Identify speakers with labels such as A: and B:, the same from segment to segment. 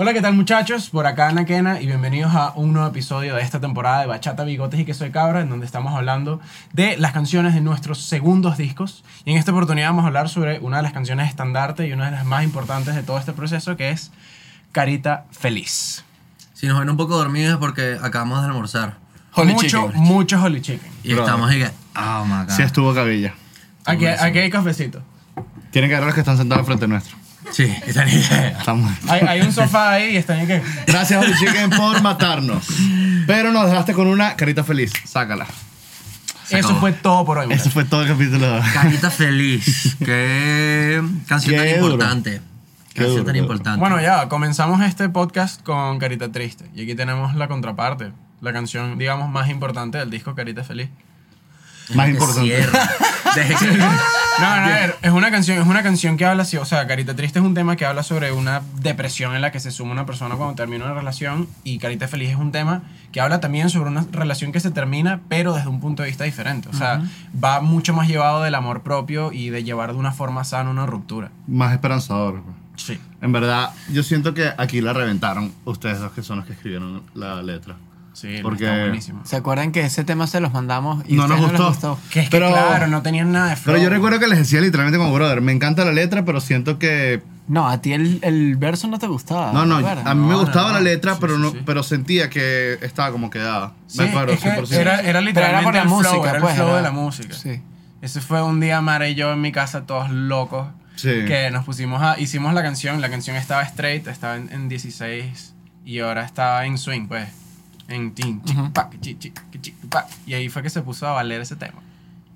A: Hola, ¿qué tal muchachos? Por acá Ana Kena y bienvenidos a un nuevo episodio de esta temporada de Bachata, Bigotes y Queso de Cabra, en donde estamos hablando de las canciones de nuestros segundos discos. Y en esta oportunidad vamos a hablar sobre una de las canciones estandarte y una de las más importantes de todo este proceso, que es Carita Feliz.
B: Si nos ven un poco dormidos es porque acabamos de almorzar.
C: Holy
A: mucho,
C: chicken.
A: mucho Holy Chicken.
B: Y
C: Brother.
B: estamos y que, oh my
A: Ah.
B: god.
C: Sí estuvo cabilla.
A: Aquí,
B: buenísimo.
A: aquí hay cafecito.
C: Tienen que ver a los que están sentados frente nuestro.
B: Sí, esta ni idea.
C: Estamos.
A: Hay, hay un sofá ahí y están aquí.
C: Gracias, Holy Chicken, por matarnos. Pero nos dejaste con una carita feliz. Sácala.
B: Se
A: Eso
B: acabó.
A: fue todo por hoy.
C: Eso
A: muchachos.
C: fue todo el capítulo.
B: Carita feliz. Qué canción
C: Qué
B: tan
C: duro.
B: importante.
C: Qué
B: canción
C: duro,
B: tan
C: qué duro.
B: importante.
A: Bueno, ya, comenzamos este podcast con Carita Triste. Y aquí tenemos la contraparte, la canción, digamos, más importante del disco Carita Feliz.
C: Más
B: Que
C: importante.
B: cierra. Deje que-
A: No, no, a ver, es una canción, es una canción que habla, sí, o sea, Carita Triste es un tema que habla sobre una depresión en la que se suma una persona cuando termina una relación y Carita Feliz es un tema que habla también sobre una relación que se termina, pero desde un punto de vista diferente, o sea, va mucho más llevado del amor propio y de llevar de una forma sana una ruptura.
C: Más esperanzador. bro.
A: Sí.
C: En verdad, yo siento que aquí la reventaron ustedes dos que son los que escribieron la letra.
A: Sí,
C: Porque-
A: está buenísimo.
D: ¿Se acuerdan que ese tema se los mandamos y
C: No
D: ustedes
C: nos
D: no les
C: gustó.
D: gustó?
A: Que es que
C: Pero-
A: claro, no tenían nada de flow.
C: Pero yo recuerdo que les decía literalmente como, brother, me encanta la letra, pero siento que
D: No, a ti el, el verso no te gustaba.
C: No, no,
D: ¿te acuerdas?
C: a mí me
A: Ah, No,
C: gustaba
A: no,
C: la
A: no.
C: letra,
A: Sí,
C: pero
A: sí,
C: no,
A: sí.
C: pero sentía que estaba como quedada.
A: Sí,
C: me acuerdo,
A: es que
C: 100%.
A: Era, era literalmente
D: Pero era por la
A: el flow,
D: música,
A: era
D: pues,
A: el flow
D: era-
A: de la música.
D: Sí.
A: Ese fue un día Mara y yo en mi casa todos locos.
C: Sí.
A: Que nos pusimos a... Hicimos la canción. La canción estaba straight, estaba en, en 16 y ahora estaba en swing, pues. En tin, chic,
D: Ujú.
A: pac, chic, chic, chic, pac. Y ahí fue que se puso a valer ese tema.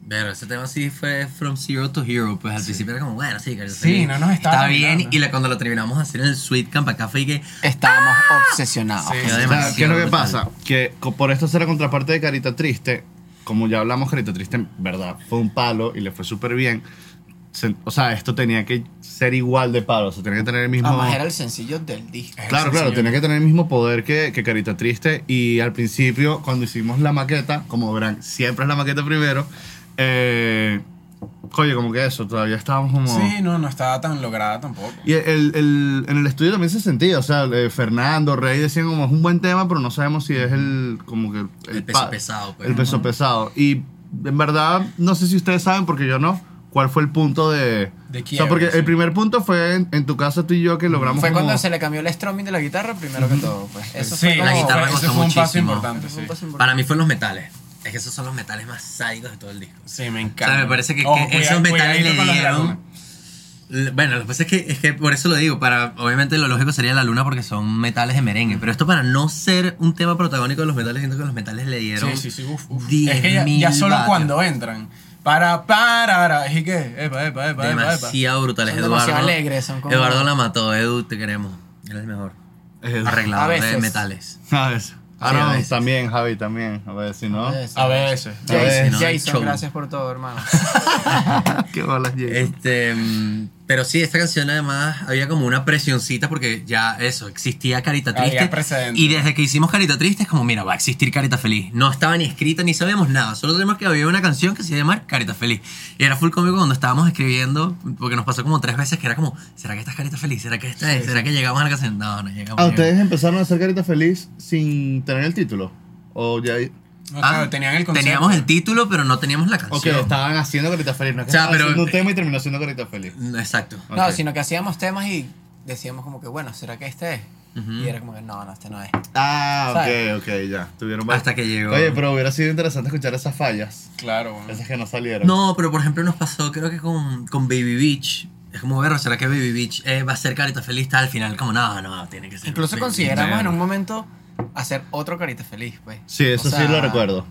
B: Pero ese tema sí fue From Zero to Hero. Pues al principio era como, bueno, sí, Carita
A: Sí,
B: Feliz.
A: no nos estaba
B: Está bien.
A: dominando.
B: Y la, cuando lo terminamos de hacer en el Sweet Camp Café y que.
D: Estábamos obsesionados.
A: Ah. Sí.
B: quedó
C: O sea,
B: demasiado
C: ¿Qué es lo que
B: brutal.
C: pasa? Que co- por esto será contraparte de Carita Triste. Como ya hablamos, Carita Triste, en verdad, fue un palo y le fue súper bien. Se- o sea, esto tenía que ser igual de palo. O sea, tenía que tener el mismo.
D: Además era el sencillo del disco.
A: Es el
C: Claro, claro,
A: sencillo.
C: tenía que tener el mismo poder que, que Carita Triste. Y al principio, cuando hicimos la maqueta, como verán, siempre es la maqueta primero. Eh, oye, como que eso, todavía estábamos como.
A: Sí, no, no estaba tan lograda tampoco.
C: Y el, el- en el estudio también se sentía, o sea, eh, Fernando, Rey decían como es un buen tema, pero no sabemos si es el como que el,
B: El peso
C: pa-
B: pesado, pues.
C: El peso pesado. Y en verdad, no sé si ustedes saben, porque yo no, cuál fue el punto de.
A: De
C: o sea,
A: quiebre,
C: porque
A: sí.
C: el primer punto fue en, en tu casa, tú y yo, que logramos.
D: Fue
C: como-
D: cuando se le cambió el strumming de la guitarra, primero que todo. Pues. Eso
A: sí,
D: fue como,
B: la guitarra
A: fue- ese
B: costó
A: fue un paso
B: muchísimo.
A: importante,
D: Eso fue
A: sí.
D: un paso importante.
B: Para mí fueron los metales. Es que esos son los metales más sádicos de todo el disco.
A: Sí, me
B: O sea,
A: encanta.
B: me parece que,
A: Ojo,
B: que
A: cuida-
B: esos metales le
A: cuidadito con los dragones.
B: dieron. le- Bueno, lo que pasa es que, es que por eso lo digo, para, obviamente lo lógico sería la luna porque son metales de merengue, pero esto para no ser un tema protagónico de los metales, siento que los metales le dieron...
A: Sí, sí, sí, uf, uf.
B: 10.000
A: Es que ya, ya solo
B: vatios.
A: cuando entran. Para, para, para. Es que, epa, epa, epa, epa, epa.
B: Demasiado brutales,
D: Son
B: Eduardo.
D: demasiado alegres, son como-
B: Eduardo la mató, Edu, te queremos. Eres el mejor.
C: Es el-
D: A
B: Arreglador de
D: veces.
B: metales.
C: A veces. Ah,
B: Sí, a
C: no,
B: veces.
C: también, Javi, también. A ver si no.
D: Eso.
A: A veces.
C: A veces,
D: Jason,
B: ¿no?
D: Jason,
B: Show.
D: gracias por todo, hermano.
C: Qué bolas Jason.
B: Este, mm, pero sí, esta canción además había como una presioncita porque ya eso, existía Carita
A: Había
B: Triste.
A: precedente.
B: Y desde que hicimos Carita Triste es como, mira, va a existir Carita Feliz. No estaba ni escrita ni sabíamos nada, solo tenemos que había una canción que se llama Carita Feliz. Y era full cómico cuando estábamos escribiendo, porque nos pasó como tres veces que era como, ¿será que esta es Carita Feliz? ¿Será que esta es? ¿Será que llegamos a la canción? No, no llegamos.
C: Ah,
B: no
C: ¿ustedes empezaron a hacer Carita Feliz sin tener el título? ¿O ya...?
A: No,
B: llegamos. Ah,
A: claro, tenían el concepto.
B: Teníamos el título, pero no teníamos la
C: O
B: canción.
C: que estaban haciendo Carita Feliz. No es que
B: Ah, O sea,
C: estaban
B: pero- eh,
C: haciendo un tema y terminó siendo Carita Feliz.
B: Exacto.
D: No,
C: Ok.
D: sino que hacíamos temas y decíamos como que, bueno, ¿será que este es? Y era como que, no, no, este no es.
C: Ah,
D: ¿Sabes?
C: ok, ok, ya. Tuvieron
B: Hasta que llegó.
C: Oye, pero hubiera sido interesante escuchar esas fallas.
A: Claro, bueno.
C: Esas que no salieron.
B: No, pero por ejemplo nos pasó, creo que con, con Baby Beach. Es como, ver, ¿será que Baby Beach eh, va a ser carita feliz? Tal, al final, como, no, no, tiene que ser.
D: Incluso
B: Baby
D: consideramos
B: Beach.
D: en un momento hacer otro Carita Feliz, pues.
C: Sí, eso
D: O sea,
C: sí lo recuerdo.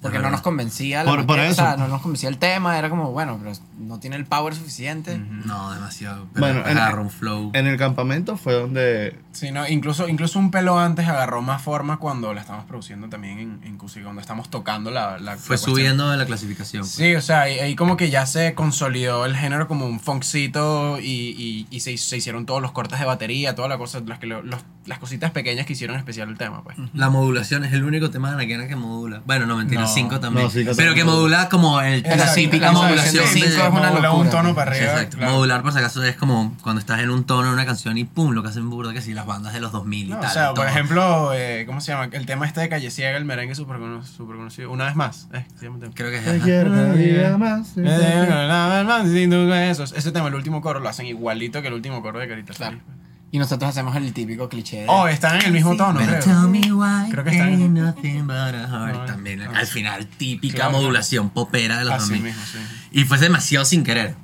D: Porque no nos convencía la
C: Por- por
D: maqueta, o sea,
C: eso.
D: no nos convencía el tema, era como, bueno, pero no tiene el power suficiente.
B: No, demasiado. Pero
C: Bueno, en-
B: agarró un flow.
C: En el campamento fue donde.
A: Sí, no, incluso, incluso un pelo antes agarró más forma cuando la estamos produciendo también en, en Cusi, cuando estamos tocando la. la
B: Fue
A: la cuestión.
B: subiendo de la clasificación. pues.
A: Sí, o sea, ahí, ahí como que ya se consolidó el género como un funkcito y, y- y se, se hicieron todos los cortes de batería, toda la cosa, las que lo- los las cositas pequeñas que hicieron especial el tema, pues.
B: La modulación es el único tema de Anaquiana que modula. Bueno, no, mentira,
A: No,
B: 5 también.
C: no, cinco
B: pero
C: también
B: que
C: modula.
B: modula como el- la
A: Exacto,
B: típica
A: exacto,
B: modulación.
A: exacto,
B: de-
A: cinco es una
D: modula
A: locura, un tono
D: ¿no?
A: para
B: Sí,
A: arriba.
B: exacto.
A: claro.
B: Modular, por si acaso, es como cuando estás en un tono de una canción y pum, lo que hacen burda, que si las bandas de los 2000 y
A: No,
B: tal.
A: o sea,
B: y
A: por
B: todo.
A: ejemplo, eh, ¿cómo se llama? El tema este de Calle Ciega, el merengue súper cono- súper conocido. Una vez más. eh, se llama el tema.
B: Creo que es.
C: Te
B: ajá.
C: quiero una vida más.
A: Me dejo con la mano sin tus besos. Ese tema, el último coro, lo hacen igualito que el último coro de Carita
D: Claro.
A: Feliz.
D: Y nosotros hacemos el típico cliché de...
A: Oh, están en el mismo tono,
B: Pero
A: creo.
B: tell me why
A: Creo que está
B: ain't
A: en-
B: nothing but a heart.
A: No,
B: También,
A: no.
B: al final, típica
A: Claro.
B: modulación popera de los
A: Así
B: 2000.
A: mismo, sí.
B: Y fue demasiado sin querer.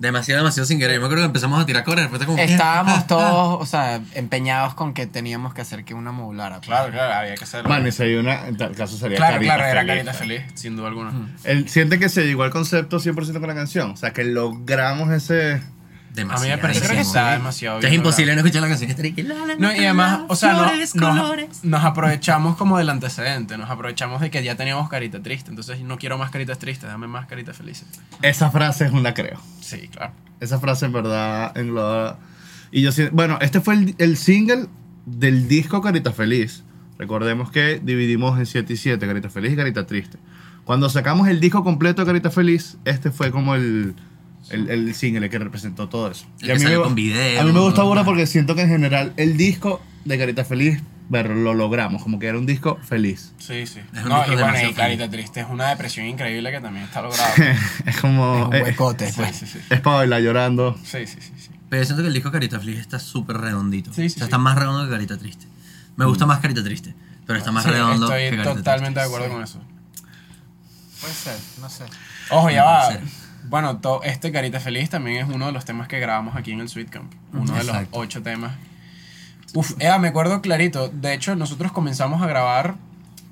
B: Demasiado, demasiado sin querer. Yo me acuerdo que empezamos a tirar cores, después como. ah,
D: Estábamos
B: ah.
D: todos, o sea, empeñados con que teníamos que hacer que una modulara. pues.
A: Claro, claro, había que hacerlo.
C: Bueno, y si hay una, en tal caso sería
A: claro,
C: Carita
A: claro, era
C: Feliz,
A: Carita
C: ¿sabes?
A: Feliz, sin duda
B: Mm,
A: alguna.
C: Él siente que se llegó al concepto 100% con la canción. O sea, que logramos ese.
A: A mí
B: Demasiado.
A: me parece que
B: demasiado.
A: está demasiado
B: Ya
A: bien.
B: es imposible
A: logrado.
B: no escuchar la canción. estar ahí que la, la, la,
A: No, y además,
B: la,
A: o sea, no-
B: flores, colores.
A: nos, nos aprovechamos como del antecedente, nos aprovechamos de que ya teníamos carita triste, entonces no quiero más caritas tristes, dame más caritas felices.
C: Esa frase es un la creo.
A: Sí, claro.
C: Esa frase en verdad engloba. Y yo siento. Bueno, este fue el, el single del disco Carita Feliz. Recordemos que dividimos en 7 y 7, Carita Feliz y Carita Triste. Cuando sacamos el disco completo de Carita Feliz, este fue como el, el, el single que representó todo eso.
B: El que salió con video,
C: a mí me gusta
B: ¿no?
C: ahora porque siento que en general el disco de Carita Feliz ver, lo logramos, como que era un disco feliz.
A: Sí, sí.
B: Es un
A: No, y
B: disco
A: bueno,
B: demasiado
A: y Carita Triste es una depresión increíble que también está lograda.
C: es como.
D: Un
C: eh,
D: huecote,
A: Sí,
D: pues.
A: sí, sí.
C: es para bailar llorando.
A: Sí, sí, sí, sí.
B: Pero yo siento que el disco Carita Feliz está súper redondito.
A: Sí, sí,
B: o sea,
A: sí. Mm.
B: está más redondo que Carita Triste. Me gusta más Carita Triste, pero está más
A: Sí,
B: redondo que
A: Estoy
B: Carita
A: totalmente de
B: Triste.
A: acuerdo con eso.
D: Puede ser, no sé.
A: Ojo, ya
B: No
A: va.
B: puede ser.
A: Bueno, to- este Carita Feliz también es uno de los temas que grabamos aquí en el Sweet Camp. Uno de los
B: Exacto.
A: ocho temas. Uf, Eva, me acuerdo clarito. De hecho, nosotros comenzamos a grabar.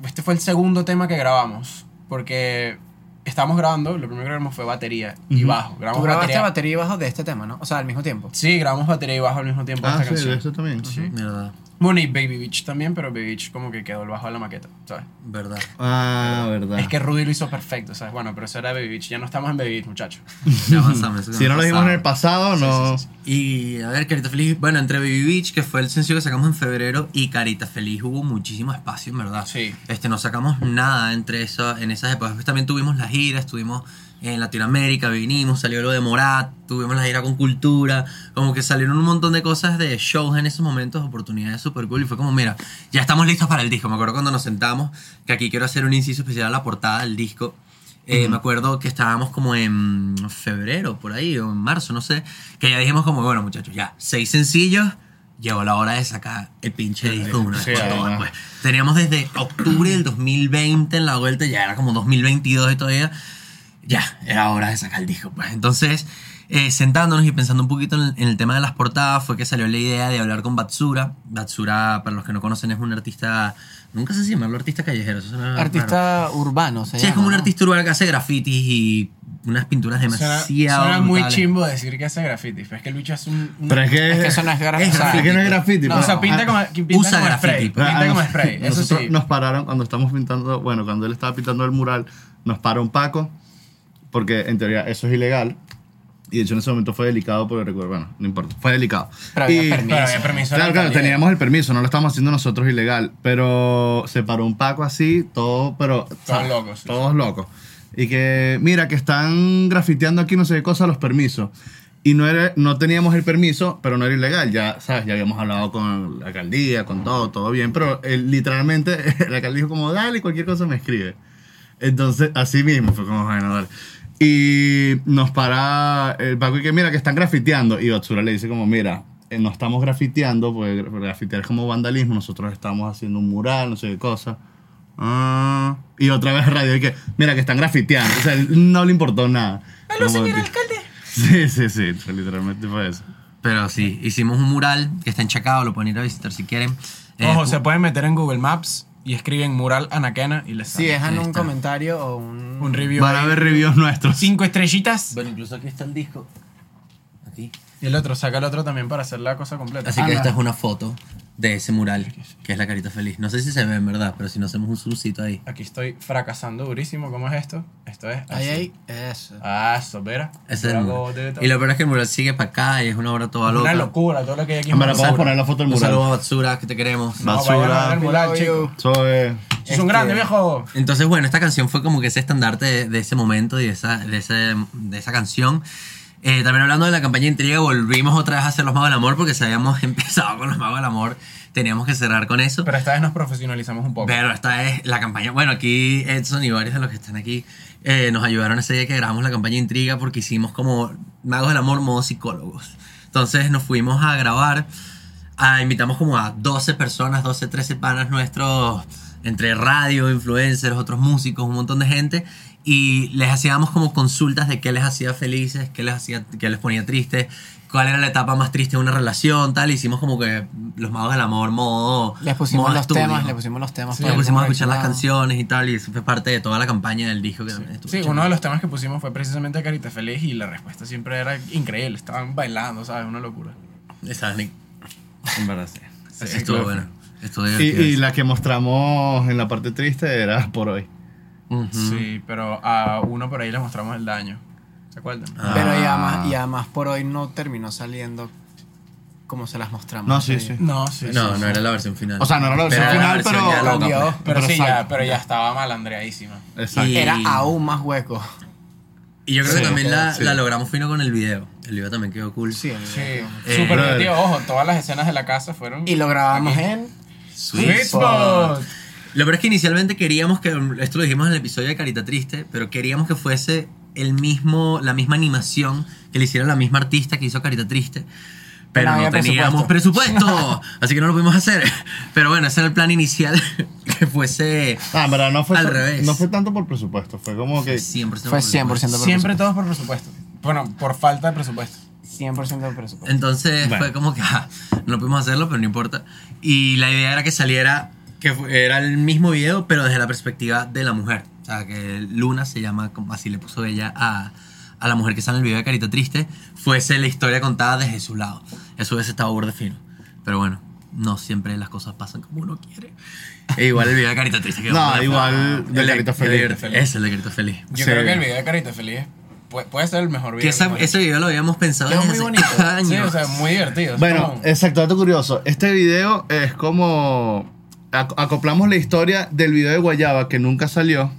A: Este fue el segundo tema que grabamos. Porque estábamos grabando, lo primero que grabamos fue batería y
C: Ujú.
A: bajo.
D: Tú
A: Grabamos
D: grabaste
A: batería.
D: batería y bajo de este tema, ¿no? O sea, al mismo tiempo.
A: sí, grabamos batería y bajo al mismo tiempo. de
C: Ah,
A: esta
C: sí,
A: canción.
C: de eso también.
A: Sí.
B: Verdad,
A: Bueno, y Baby Beach también, pero Baby Beach como que quedó el bajo de la maqueta, ¿sabes?
B: verdad.
C: Ah, verdad.
A: Es que Rudy lo hizo perfecto, ¿sabes? Bueno, pero eso era Baby Beach. Ya no estamos en Baby Beach, muchachos.
B: Ya avanzamos, eso
C: Si no lo
B: pasaba.
C: vimos en el pasado, no.
A: sí,
B: Y a ver, Carita Feliz, bueno, entre Baby Beach, que fue el sencillo que sacamos en febrero, y Carita Feliz hubo muchísimo espacio, en verdad.
A: Sí.
B: Este, no sacamos nada entre eso, en esas épocas. Pues también tuvimos las giras, estuvimos en Latinoamérica, vinimos, salió lo de Morat, tuvimos la gira con Cultura, como que salieron un montón de cosas de shows en esos momentos, oportunidades súper cool, y fue como, mira, ya estamos listos para el disco. Me acuerdo cuando nos sentamos, que aquí quiero hacer un inciso especial a la portada del disco. Eh, Me acuerdo que estábamos como en febrero, por ahí, o en marzo, no sé, que ya dijimos como, bueno muchachos, ya, seis sencillos, llegó la hora de sacar el pinche disco de una vez
C: Sí,
B: por todas,
C: además.
B: pues. Teníamos desde octubre del 2020 en la vuelta, ya era como 2022 y todavía, ya, era hora de sacar el disco, pues. Entonces, eh, sentándonos y pensando un poquito en, en el tema de las portadas, fue que salió la idea de hablar con Batsura. Batsura, para los que no conocen, es un artista, nunca sé si llamarlo artista callejero, eso suena raro.
D: Artista urbano, se
B: Sí, es
D: llama,
B: como un
D: ¿no?
B: artista urbano que hace grafitis y unas pinturas
A: Suena,
B: demasiado.
A: suena muy
B: brutales.
A: chimbo decir que hace graffiti, pero es que el bicho hace un. un-
C: Pero es que.
D: Es que eso no es
B: Es
D: grave.
C: es que no es
B: graffiti.
C: graffiti.
A: No,
C: pero-
A: o sea, pinta
C: Ah,
A: como, que pinta
B: usa
A: como
B: graffiti,
A: spray.
B: pues.
A: Pinta
C: ah,
A: como
C: nos-
A: spray, eso
C: nosotros
A: sí.
C: nos pararon cuando estamos pintando. Bueno, cuando él estaba pintando el mural, nos paró un Paco. Porque en teoría eso es ilegal. Y de hecho en ese momento fue delicado porque recuerdo, bueno, no importa, fue delicado.
D: Pero había
C: Y-
D: permiso.
A: Pero había permiso. de la
C: Claro, claro,
A: alcaldía.
C: teníamos el permiso, no lo estábamos haciendo nosotros ilegal, pero se paró un Paco así, todo, pero... ¿sabes?
A: locos, sí,
C: Todos locos. Y que, mira, que están grafiteando aquí no sé qué cosa los permisos. Y no, era, no teníamos el permiso, pero no era ilegal, ya, ¿sabes? Ya habíamos hablado con la alcaldía, con todo, todo bien, pero él, literalmente la alcaldía dijo como, dale, cualquier cosa me escribe. Entonces, así mismo fue como, bueno, dale. Y nos para el Paco y que, mira, que están grafiteando. Y Batsura le dice como, mira, eh, no estamos grafiteando, porque gra- grafitear es como vandalismo, nosotros estamos haciendo un mural, no sé qué cosa. Ah, y otra vez radio, y que, mira, que están grafiteando. O sea, él no le importó nada. Como- Sí, sí, sí, literalmente fue eso.
B: Pero sí, hicimos un mural que está en Chacao, lo pueden ir a visitar si quieren. Eh,
A: Ojo, se pueden meter en Google Maps y escriben mural Anaquena y les
D: Si
A: sale.
D: dejan
B: Ahí
D: un
B: está.
D: comentario o un...
A: Un review.
C: Van a
A: ahí.
C: ver reviews nuestros.
A: Cinco estrellitas.
B: uh, Bueno, incluso aquí está el disco. Aquí.
A: Y el otro, saca el otro también para hacer la cosa completa.
C: Ah,
A: Ah,
B: Así que esta es una foto de ese mural, que es la carita feliz. No sé si se ve en verdad, pero si no hacemos un surcito ahí.
A: Aquí estoy fracasando durísimo. ¿Cómo es esto? Esto es. así.
D: Ahí, ahí, eso.
A: Ah, eso, verá.
B: Ese es el
A: Yo
B: mural.
A: hago de todo.
B: Y lo peor es que el mural sigue para acá y es una obra toda loca.
A: Una locura, todo lo que hay aquí. es
C: Hombre,
A: una
C: podemos
A: locura.
C: poner la foto del
B: Un saludo
C: mural.
B: a Batsura, que te queremos.
A: No,
C: basura.
A: vayan a ver el mural,
D: Love
A: chicos.
D: you.
C: Eso es.
A: Es
B: Este,
A: un grande, viejo.
B: Entonces, bueno, esta canción fue como que ese estandarte de, de ese momento y de esa, de ese- de esa canción. Eh, también hablando de la campaña de intriga, volvimos otra vez a hacer los Magos del Amor porque si habíamos empezado con los Magos del Amor, teníamos que cerrar con eso.
A: Pero esta vez nos profesionalizamos un poco.
B: Pero esta es la campaña. Bueno, aquí Edson y varios de los que están aquí eh, nos ayudaron ese día que grabamos la campaña Intriga porque hicimos como Magos del Amor modo psicólogos. Entonces nos fuimos a grabar. a- invitamos como a 12 personas, 12, 13 panas nuestros, entre radio, influencers, otros músicos, un montón de gente. Y les hacíamos como consultas de qué les hacía felices, qué les, hacía, qué les ponía tristes, cuál era la etapa más triste de una relación, tal. Hicimos como que los magos del amor, modo.
D: Les pusimos
B: modo
D: los
B: estudio.
D: temas, les pusimos los temas.
A: Sí,
B: Sí,
D: para
B: nos
D: el
B: pusimos a
D: mural,
B: escuchar las
D: claro.
B: canciones y tal, y eso fue parte de toda la campaña del disco que también estuvo
A: Sí,
B: chévere.
A: uno de los temas que pusimos fue precisamente Carita Feliz y la respuesta siempre era increíble. Estaban bailando, ¿sabes? Una locura.
B: Esa, Nick.
A: Sí,
B: estuvo
A: claro.
B: bueno. Estuvo
C: Y,
B: divertido.
C: y la que mostramos en la parte triste era por hoy.
B: Ujú.
A: Sí, pero a uno por ahí le mostramos el daño. ¿Se acuerdan?
B: Ah.
D: Pero y además, y además por hoy no terminó saliendo como se las mostramos.
C: No, sí,
D: ese
C: sí.
D: día.
A: No, sí.
B: No,
A: sí, sí.
B: no era la versión final.
C: O sea, no era la versión
B: Pero era la
C: final,
B: versión
C: pero-
B: ya loca,
D: cambió.
B: pues.
A: Pero, sí,
C: exacto.
A: ya, pero ya estaba malandreadísima.
C: Exacto.
B: Y-
D: Era aún más hueco.
B: Y yo creo que
A: Sí,
B: también la,
C: sí.
B: la logramos fino con el video. El video también quedó cool.
D: Sí, el-
A: Sí.
B: Eh,
A: Súper
C: brother.
A: divertido. Ojo, todas las escenas de la casa fueron.
D: Y lo grabamos en.
B: Sweet
A: Sweet
D: Spot.
A: Spot.
B: Lo peor es que inicialmente queríamos que, esto lo dijimos en el episodio de Carita Triste, pero queríamos que fuese el mismo, la misma animación que le hiciera la misma artista que hizo Carita Triste.
D: Pero
B: Pero
D: no
B: no,
D: había
B: teníamos presupuesto. así que no lo pudimos hacer. Pero bueno, ese era el plan inicial, que fuese
C: Ah, en verdad, no fue,
B: Al
C: tan-
B: revés.
C: no fue tanto por presupuesto, fue como que.
B: 100%.
D: Fue 100% por
A: Siempre
D: presupuesto.
A: todos por presupuesto. Bueno, por falta de presupuesto.
D: 100% del presupuesto.
B: Entonces
C: Bueno.
B: fue como que ah, no pudimos hacerlo, pero no importa. Y la idea era que saliera, que fu- era el mismo video, pero desde la perspectiva de la mujer. O sea, que Luna se llama, como así le puso ella a, a la mujer que sale en el video de Carita Triste, fuese la historia contada desde su lado. Eso hubiese estado burde fino. Pero bueno, no siempre las cosas pasan como uno quiere. E igual el video de Carita Triste. quedó
C: No,
B: buena.
C: igual de
B: El
C: Carita
B: el
C: Feliz.
B: Carita Ese, el de Carita Feliz.
A: Yo
C: Sí.
A: creo que el video de Carita Feliz es- puede, puede ser el mejor
B: Que
A: video.
B: esa-
A: hemos hecho.
B: ese video lo habíamos pensado
D: Quedó
B: desde
D: muy
B: hace
D: bonito.
B: años.
A: Sí, o sea, muy divertido. Es
C: Bueno,
A: como-
C: exacto, dato curioso. Este video es como. ac- acoplamos la historia del video de Guayaba que nunca salió,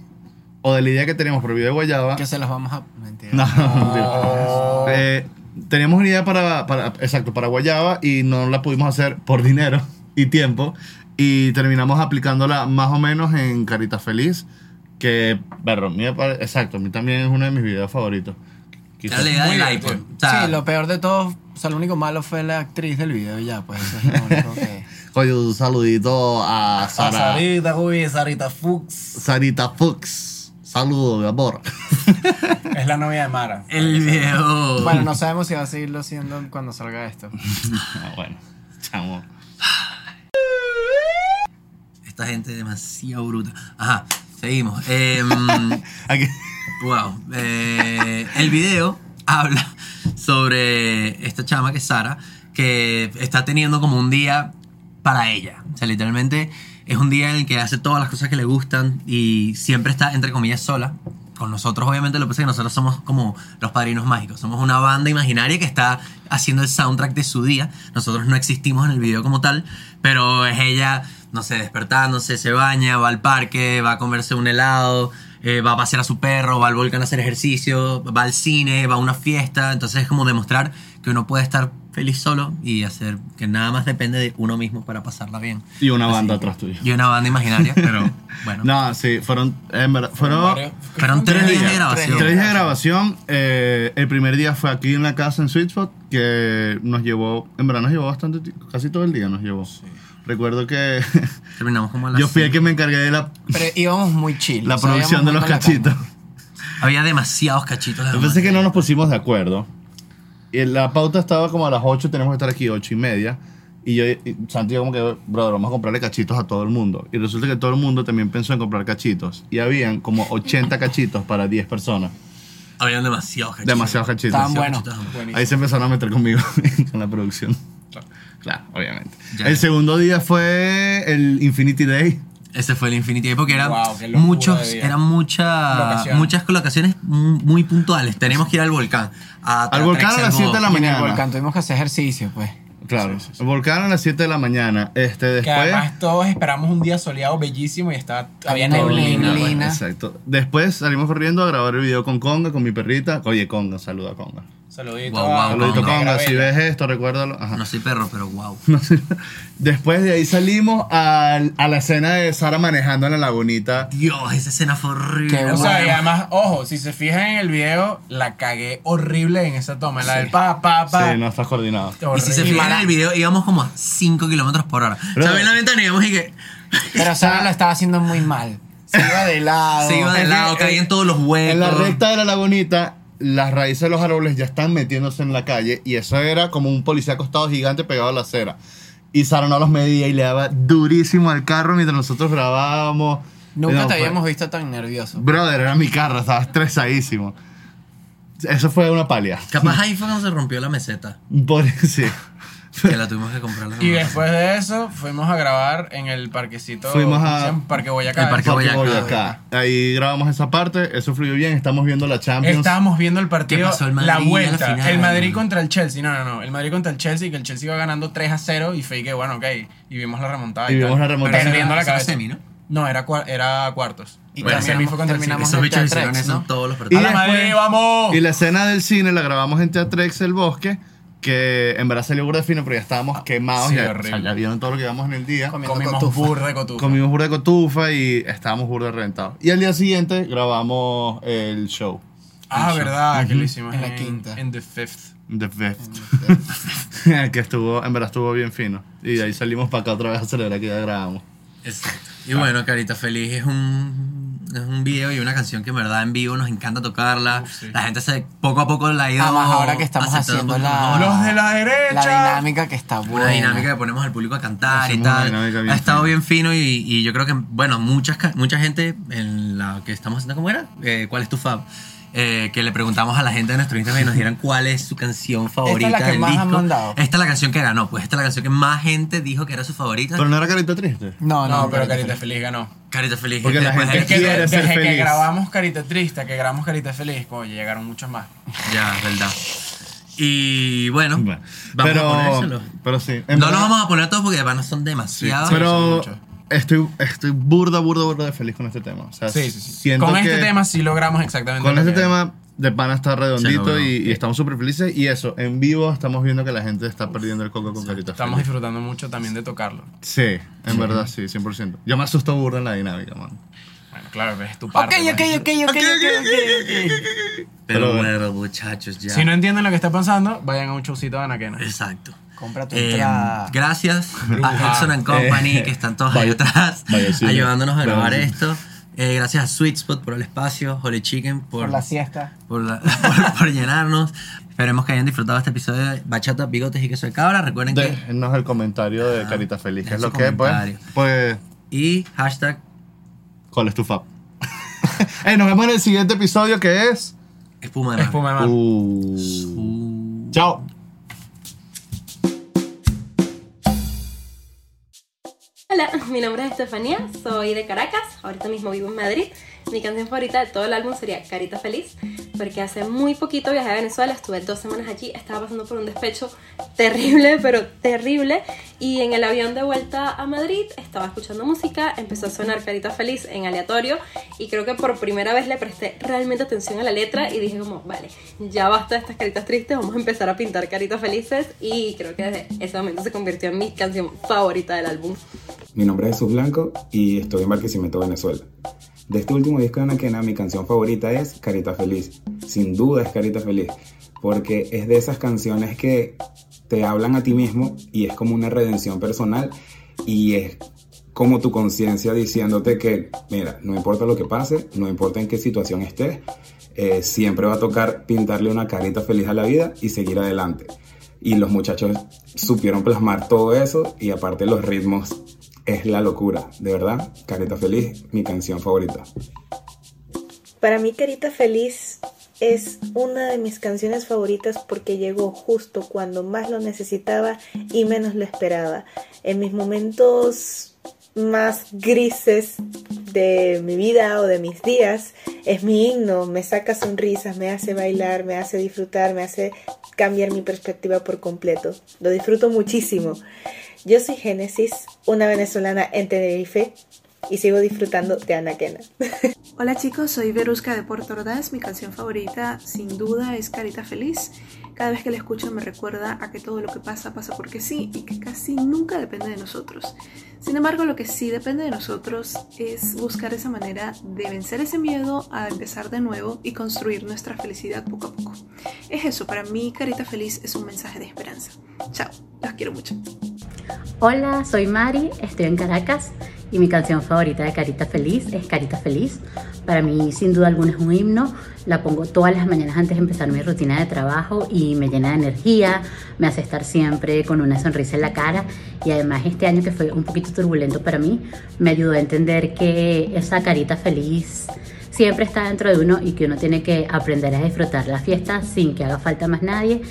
C: o de la idea que teníamos por el video de Guayaba.
D: Que se los vamos a. Mentira.
C: No,
B: Oh.
C: mentira. Eh, teníamos una idea para, para- Exacto, para Guayaba y no la pudimos hacer por dinero y tiempo. Y terminamos aplicándola más o menos en Carita Feliz, que, bueno, a mí me pare- exacto, a mí también es uno de mis videos favoritos. Quizás. pues.
B: Era la idea
A: Muy
B: del
A: divertido.
B: iPod. O sea,
D: sí, lo peor de todo, o sea, lo único malo fue la actriz del video y ya, pues eso es lo único que.
C: Oye, un saludito a
A: A
C: Sara.
A: Sarita, uy, Sarita Fuchs.
C: Sarita Fuchs. Saludos, mi amor.
A: Es la novia de Mara.
B: El video.
D: Bueno, no sabemos si va a seguirlo siendo cuando salga esto.
C: Ah, bueno, chamo.
B: Esta gente es demasiado bruta. Ajá, seguimos. Em,
C: Aquí.
B: wow. Eh, el video habla sobre esta chama que es Sara, que está teniendo como un día para ella. O sea, literalmente es un día en el que hace todas las cosas que le gustan y siempre está, entre comillas, sola. Con nosotros, obviamente, lo que pasa es que nosotros somos como los padrinos mágicos. Somos una banda imaginaria que está haciendo el soundtrack de su día. Nosotros no existimos en el video como tal, pero es ella, no sé, despertándose, se baña, va al parque, va a comerse un helado, eh, va a pasear a su perro, va al volcán a hacer ejercicio, va al cine, va a una fiesta. Entonces es como demostrar que uno puede estar feliz solo y hacer que nada más depende de uno mismo para pasarla bien.
C: Y una banda
B: Así.
C: atrás tuya.
B: Y una banda imaginaria, pero bueno.
C: No, sí, fueron. En verdad, fueron.
A: Varios-
B: Fueron tres días de
C: días,
B: grabación.
C: Tres días de grabación. eh, el primer día fue aquí en la casa en Switchbot, que nos llevó, en verdad nos llevó bastante, ti- casi todo el día nos llevó. Recuerdo que
B: Terminamos como a las
C: yo fui el
B: cinco.
C: que me encargué de la,
D: Pero íbamos muy chill.
C: la
D: o sea,
C: producción de los
D: íbamos muy con
C: cachitos.
D: la calma.
B: Había demasiados cachitos.
C: Yo pensé que no nos pusimos de acuerdo. Y la pauta estaba como a las 8, tenemos que estar aquí, 8 y media. Y yo, y Santi, yo como que, brother, vamos a comprarle cachitos a todo el mundo. Y resulta que todo el mundo también pensó en comprar cachitos. Y habían como 80 cachitos para 10 personas.
B: Habían demasiados cachitos.
C: Demasiados cachitos.
D: Estaban buenos.
B: Cachitos, amor.
A: Buenísimo.
C: Ahí se empezaron a meter conmigo en la producción. Claro, obviamente.
B: Ya.
C: El segundo día fue el Infinity Day.
B: Ese fue el Infinity Day, porque eran
A: Wow, qué locura de
B: muchos,
A: día.
B: eran mucha-
A: Locaciones.
B: muchas colocaciones mu- muy puntuales. Tenemos que ir al volcán. a-
C: Al volcán a las
B: Trexel
C: 7 de la
D: Y en el
C: mañana.
D: volcán tuvimos que hacer ejercicio, pues.
C: Claro. Volcán a las 7 de la mañana. Este,
A: Que
C: después.
A: además todos esperamos un día soleado bellísimo y estaba había
D: Había neblina.
A: neblina.
D: neblina.
C: pues, Exacto. Después salimos corriendo a grabar el video con Conga, con mi perrita. Oye, Conga, saluda a Conga.
A: Saludito.
B: Guau, guau,
A: a-
C: Saludito,
B: Conga.
C: Conga. Si
A: Grabela.
C: ves esto, recuérdalo. Ajá.
B: No soy perro, pero wow.
C: Después de ahí salimos al- a la escena de Sara manejando en la lagunita.
B: Dios, esa escena fue horrible.
D: Qué
A: O sea, y
B: weón.
A: además, ojo, si se fijan en el video, la cagué horrible en esa toma. La del pa, pa, pa.
C: Sí, no estás coordinado.
B: Y si se fijan en el video, íbamos como a 5 kilómetros por hora. O
C: Bro.
B: sea, ven la ventana y vemos y que
D: Pero Sara lo estaba haciendo muy mal. Se iba de lado.
B: se iba de
C: en-
B: lado, caía en todos los huecos.
C: En la recta de la lagunita, las raíces de los árboles ya están metiéndose en la calle y eso era como un policía acostado gigante pegado a la acera. Y Sara no los medía y le daba durísimo al carro mientras nosotros grabábamos.
D: Nunca
C: No,
D: te
C: fue-
D: habíamos visto tan nervioso.
C: Brother, era mi carro, estaba estresadísimo. Eso fue una palia.
B: Capaz ahí fue cuando se rompió la meseta.
C: Por- sí.
B: Que la tuvimos que comprar. la
A: Y
B: meseta.
A: después de eso, fuimos a grabar en el parquecito.
C: Fuimos
A: ¿cómo
C: a-
A: se llama? Parque Boyacá.
B: El Parque
C: Porque
B: Boyacá.
C: Boyacá. Ahí grabamos esa parte, eso fluyó bien, estamos viendo la Champions.
A: Estábamos viendo el
B: ¿Qué
A: partido,
B: pasó? El Madrid
A: la
B: a la
A: vuelta.
B: final.
A: el Madrid contra el Chelsea. No, no, no. El Madrid contra el Chelsea, que el Chelsea iba ganando 3 a 0 y fue que, bueno, ok. Y vimos la remontada.
C: Y
A: tal.
C: vimos la remontada.
A: Perdiendo la
B: Eso era
A: cabeza.
B: semi, ¿no?
A: No, era, cua- era cuartos.
D: Y
A: la
D: terminamos-
A: semi fue contra el
D: terminamos-
A: Chelsea.
B: Esos bichos
D: Teatrex,
B: hicieron eso
D: ¿no?
B: en todos los partidos.
C: Y
A: ¡A la
C: después-
A: Madrid, vamos!
C: Y la escena del cine la grabamos en Teatrex El Bosque, que en verdad salió burda de fino, pero ya estábamos quemados.
A: sí,
C: ya,
A: horrible.
C: o sea, ya vieron todo lo que llevamos en el día.
D: Comi-
A: Comimos
D: cotufa.
A: burra de cotufa.
C: Comimos burda de cotufa y estábamos burda de reventados. Y al día siguiente grabamos el show.
A: Ah, verdad, que lo hicimos
D: En la quinta.
A: En The Fifth.
C: The Fifth. que estuvo, en verdad estuvo bien fino. Y de ahí salimos para acá otra vez a celebrar que ya grabamos.
B: Exacto. Y bueno, Carita Feliz es un, es un video y una canción que en verdad en vivo nos encanta tocarla.
A: Uf, sí.
B: La gente se, poco a poco la ha ido.
D: Además, ahora que estamos
B: aceptando
D: haciendo
B: un poco
D: la-
B: mejor.
A: Los de la derecha.
D: La dinámica que está buena.
B: Una dinámica que ponemos al público a cantar y
C: Hacemos una
B: tal.
C: dinámica bien
B: Ha estado
C: fina.
B: bien fino y, y yo creo que, bueno, muchas, ca- mucha gente en la que estamos haciendo, ¿cómo era? Eh, ¿Cuál es tu fab? Eh, que le preguntamos a la gente de nuestro Instagram y nos dieran cuál es su canción favorita
D: la que
B: del
D: más han
B: disco.
D: mandado.
B: Esta es la canción que ganó, pues esta es la canción que más gente dijo que era su favorita.
C: Pero no era carita triste.
D: No, no,
A: No, pero Carita Feliz ganó.
B: Carita Feliz. pues,
C: Porque la
B: después
C: gente
B: de-
A: Es que
C: quiere
A: desde
C: ser
A: que
C: feliz.
A: grabamos Carita Triste, que grabamos Carita Feliz, coño, llegaron muchos más.
B: Ya, es verdad. Y bueno,
C: Bueno,
B: vamos
C: pero,
B: a ponérselo.
C: pero sí. en
B: No
C: verdad-
B: los vamos a poner todos porque además no son demasiados.
C: Pero
A: mucho.
C: estoy, estoy burda, burda, burda de feliz con este tema. O sea, siento
A: Con
C: que
A: este tema sí logramos exactamente.
C: Con
A: lo
C: este
A: que-
C: tema de pana está
B: Se
C: redondito
B: logró.
C: y, y estamos súper felices. Y eso, en vivo estamos viendo que la gente está perdiendo el coco con caritas.
A: Estamos
C: felices.
A: disfrutando mucho también de tocarlo.
C: Sí, en verdad, sí, 100%. Yo me asusto burda en la dinámica, man.
A: Bueno, claro, es tu
D: Ok,
A: parte.
D: ok,
A: pues.
D: ok, ok, ok, ok.
B: Pero
C: Pero-
B: bueno, muchachos, ya.
A: Si no entienden lo que está pasando, vayan a un showcito de Anaquena.
B: Exacto.
D: Compra tu
A: Em,
B: Eh,
D: entrada.
B: gracias
A: Bruja.
B: a Hudson and Company,
C: Eh,
B: que están todos ahí
C: vaya-
B: atrás
C: vaya cine.
B: ayudándonos a
C: Vaya
B: grabar
C: cine.
B: esto. Eh, gracias a Sweet Spot por el espacio, Holy Chicken por,
D: Por la siesta.
B: por, la- por- por llenarnos. Esperemos que hayan disfrutado este episodio de Bachata, Bigotes y Queso de Cabra. Recuerden que.
C: Déjenos el comentario de carita feliz, que
B: dejen
C: es lo
B: su
C: que, pues,
B: comentario.
C: pues,
B: Y hashtag
C: ¿cuál es tu fab? Eh, nos vemos en el siguiente episodio que es...
B: espuma de mar.
A: Espuma de mar.
C: Uh.
B: Uh.
C: Chao.
E: Hola, mi nombre es Estefanía, soy de Caracas, ahorita mismo vivo en Madrid. Mi canción favorita de todo el álbum sería Carita Feliz, porque hace muy poquito viajé a Venezuela, estuve dos semanas allí, estaba pasando por un despecho terrible, pero terrible, y en el avión de vuelta a Madrid estaba escuchando música, empezó a sonar Carita Feliz en aleatorio, y creo que por primera vez le presté realmente atención a la letra y dije como, vale, ya basta de estas caritas tristes, vamos a empezar a pintar caritas felices, y creo que desde ese momento se convirtió en mi canción favorita del álbum.
F: Mi nombre es Jesús Blanco y estoy en Barquisimeto, Venezuela. De este último disco de Anaquena, mi canción favorita es Carita Feliz. Sin duda es Carita Feliz, porque es de esas canciones que te hablan a ti mismo y es como una redención personal y es como tu conciencia diciéndote que, mira, no importa lo que pase, no importa en qué situación estés, eh, siempre va a tocar pintarle una carita feliz a la vida y seguir adelante. Y los muchachos supieron plasmar todo eso y aparte los ritmos es la locura, de verdad. Careta Feliz, mi canción favorita.
G: Para mí, Carita Feliz Es una de mis canciones favoritas porque llegó justo cuando más lo necesitaba y menos lo esperaba. En mis momentos más grises de mi vida o de mis días, es mi himno, me saca sonrisas, me hace bailar, me hace disfrutar, me hace cambiar mi perspectiva por completo. Lo disfruto muchísimo. Yo soy Génesis, una venezolana en Tenerife y sigo disfrutando de Anaquena.
H: Hola chicos, soy Verusca de Puerto Ordaz. Mi canción favorita, sin duda, es Carita Feliz. Cada vez que la escucho me recuerda a que todo lo que pasa pasa porque sí y que casi nunca depende de nosotros. Sin embargo, lo que sí depende de nosotros es buscar esa manera de vencer ese miedo a empezar de nuevo y construir nuestra felicidad poco a poco. Es eso, para mí Carita Feliz es un mensaje de esperanza. Chao, los quiero mucho.
D: Hola, soy Mari, estoy en Caracas y mi canción favorita de Carita Feliz es Carita Feliz. Para mí, sin duda alguna, es un himno. La pongo todas las mañanas antes de empezar mi rutina de trabajo y me llena de energía, me hace estar siempre con una sonrisa en la cara y además este año que fue un poquito turbulento para mí, me ayudó a entender que esa carita feliz siempre está dentro de uno y que uno tiene que aprender a disfrutar la fiesta sin que haga falta más nadie.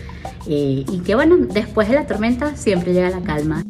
D: Eh, y que bueno, después de la tormenta siempre llega la calma.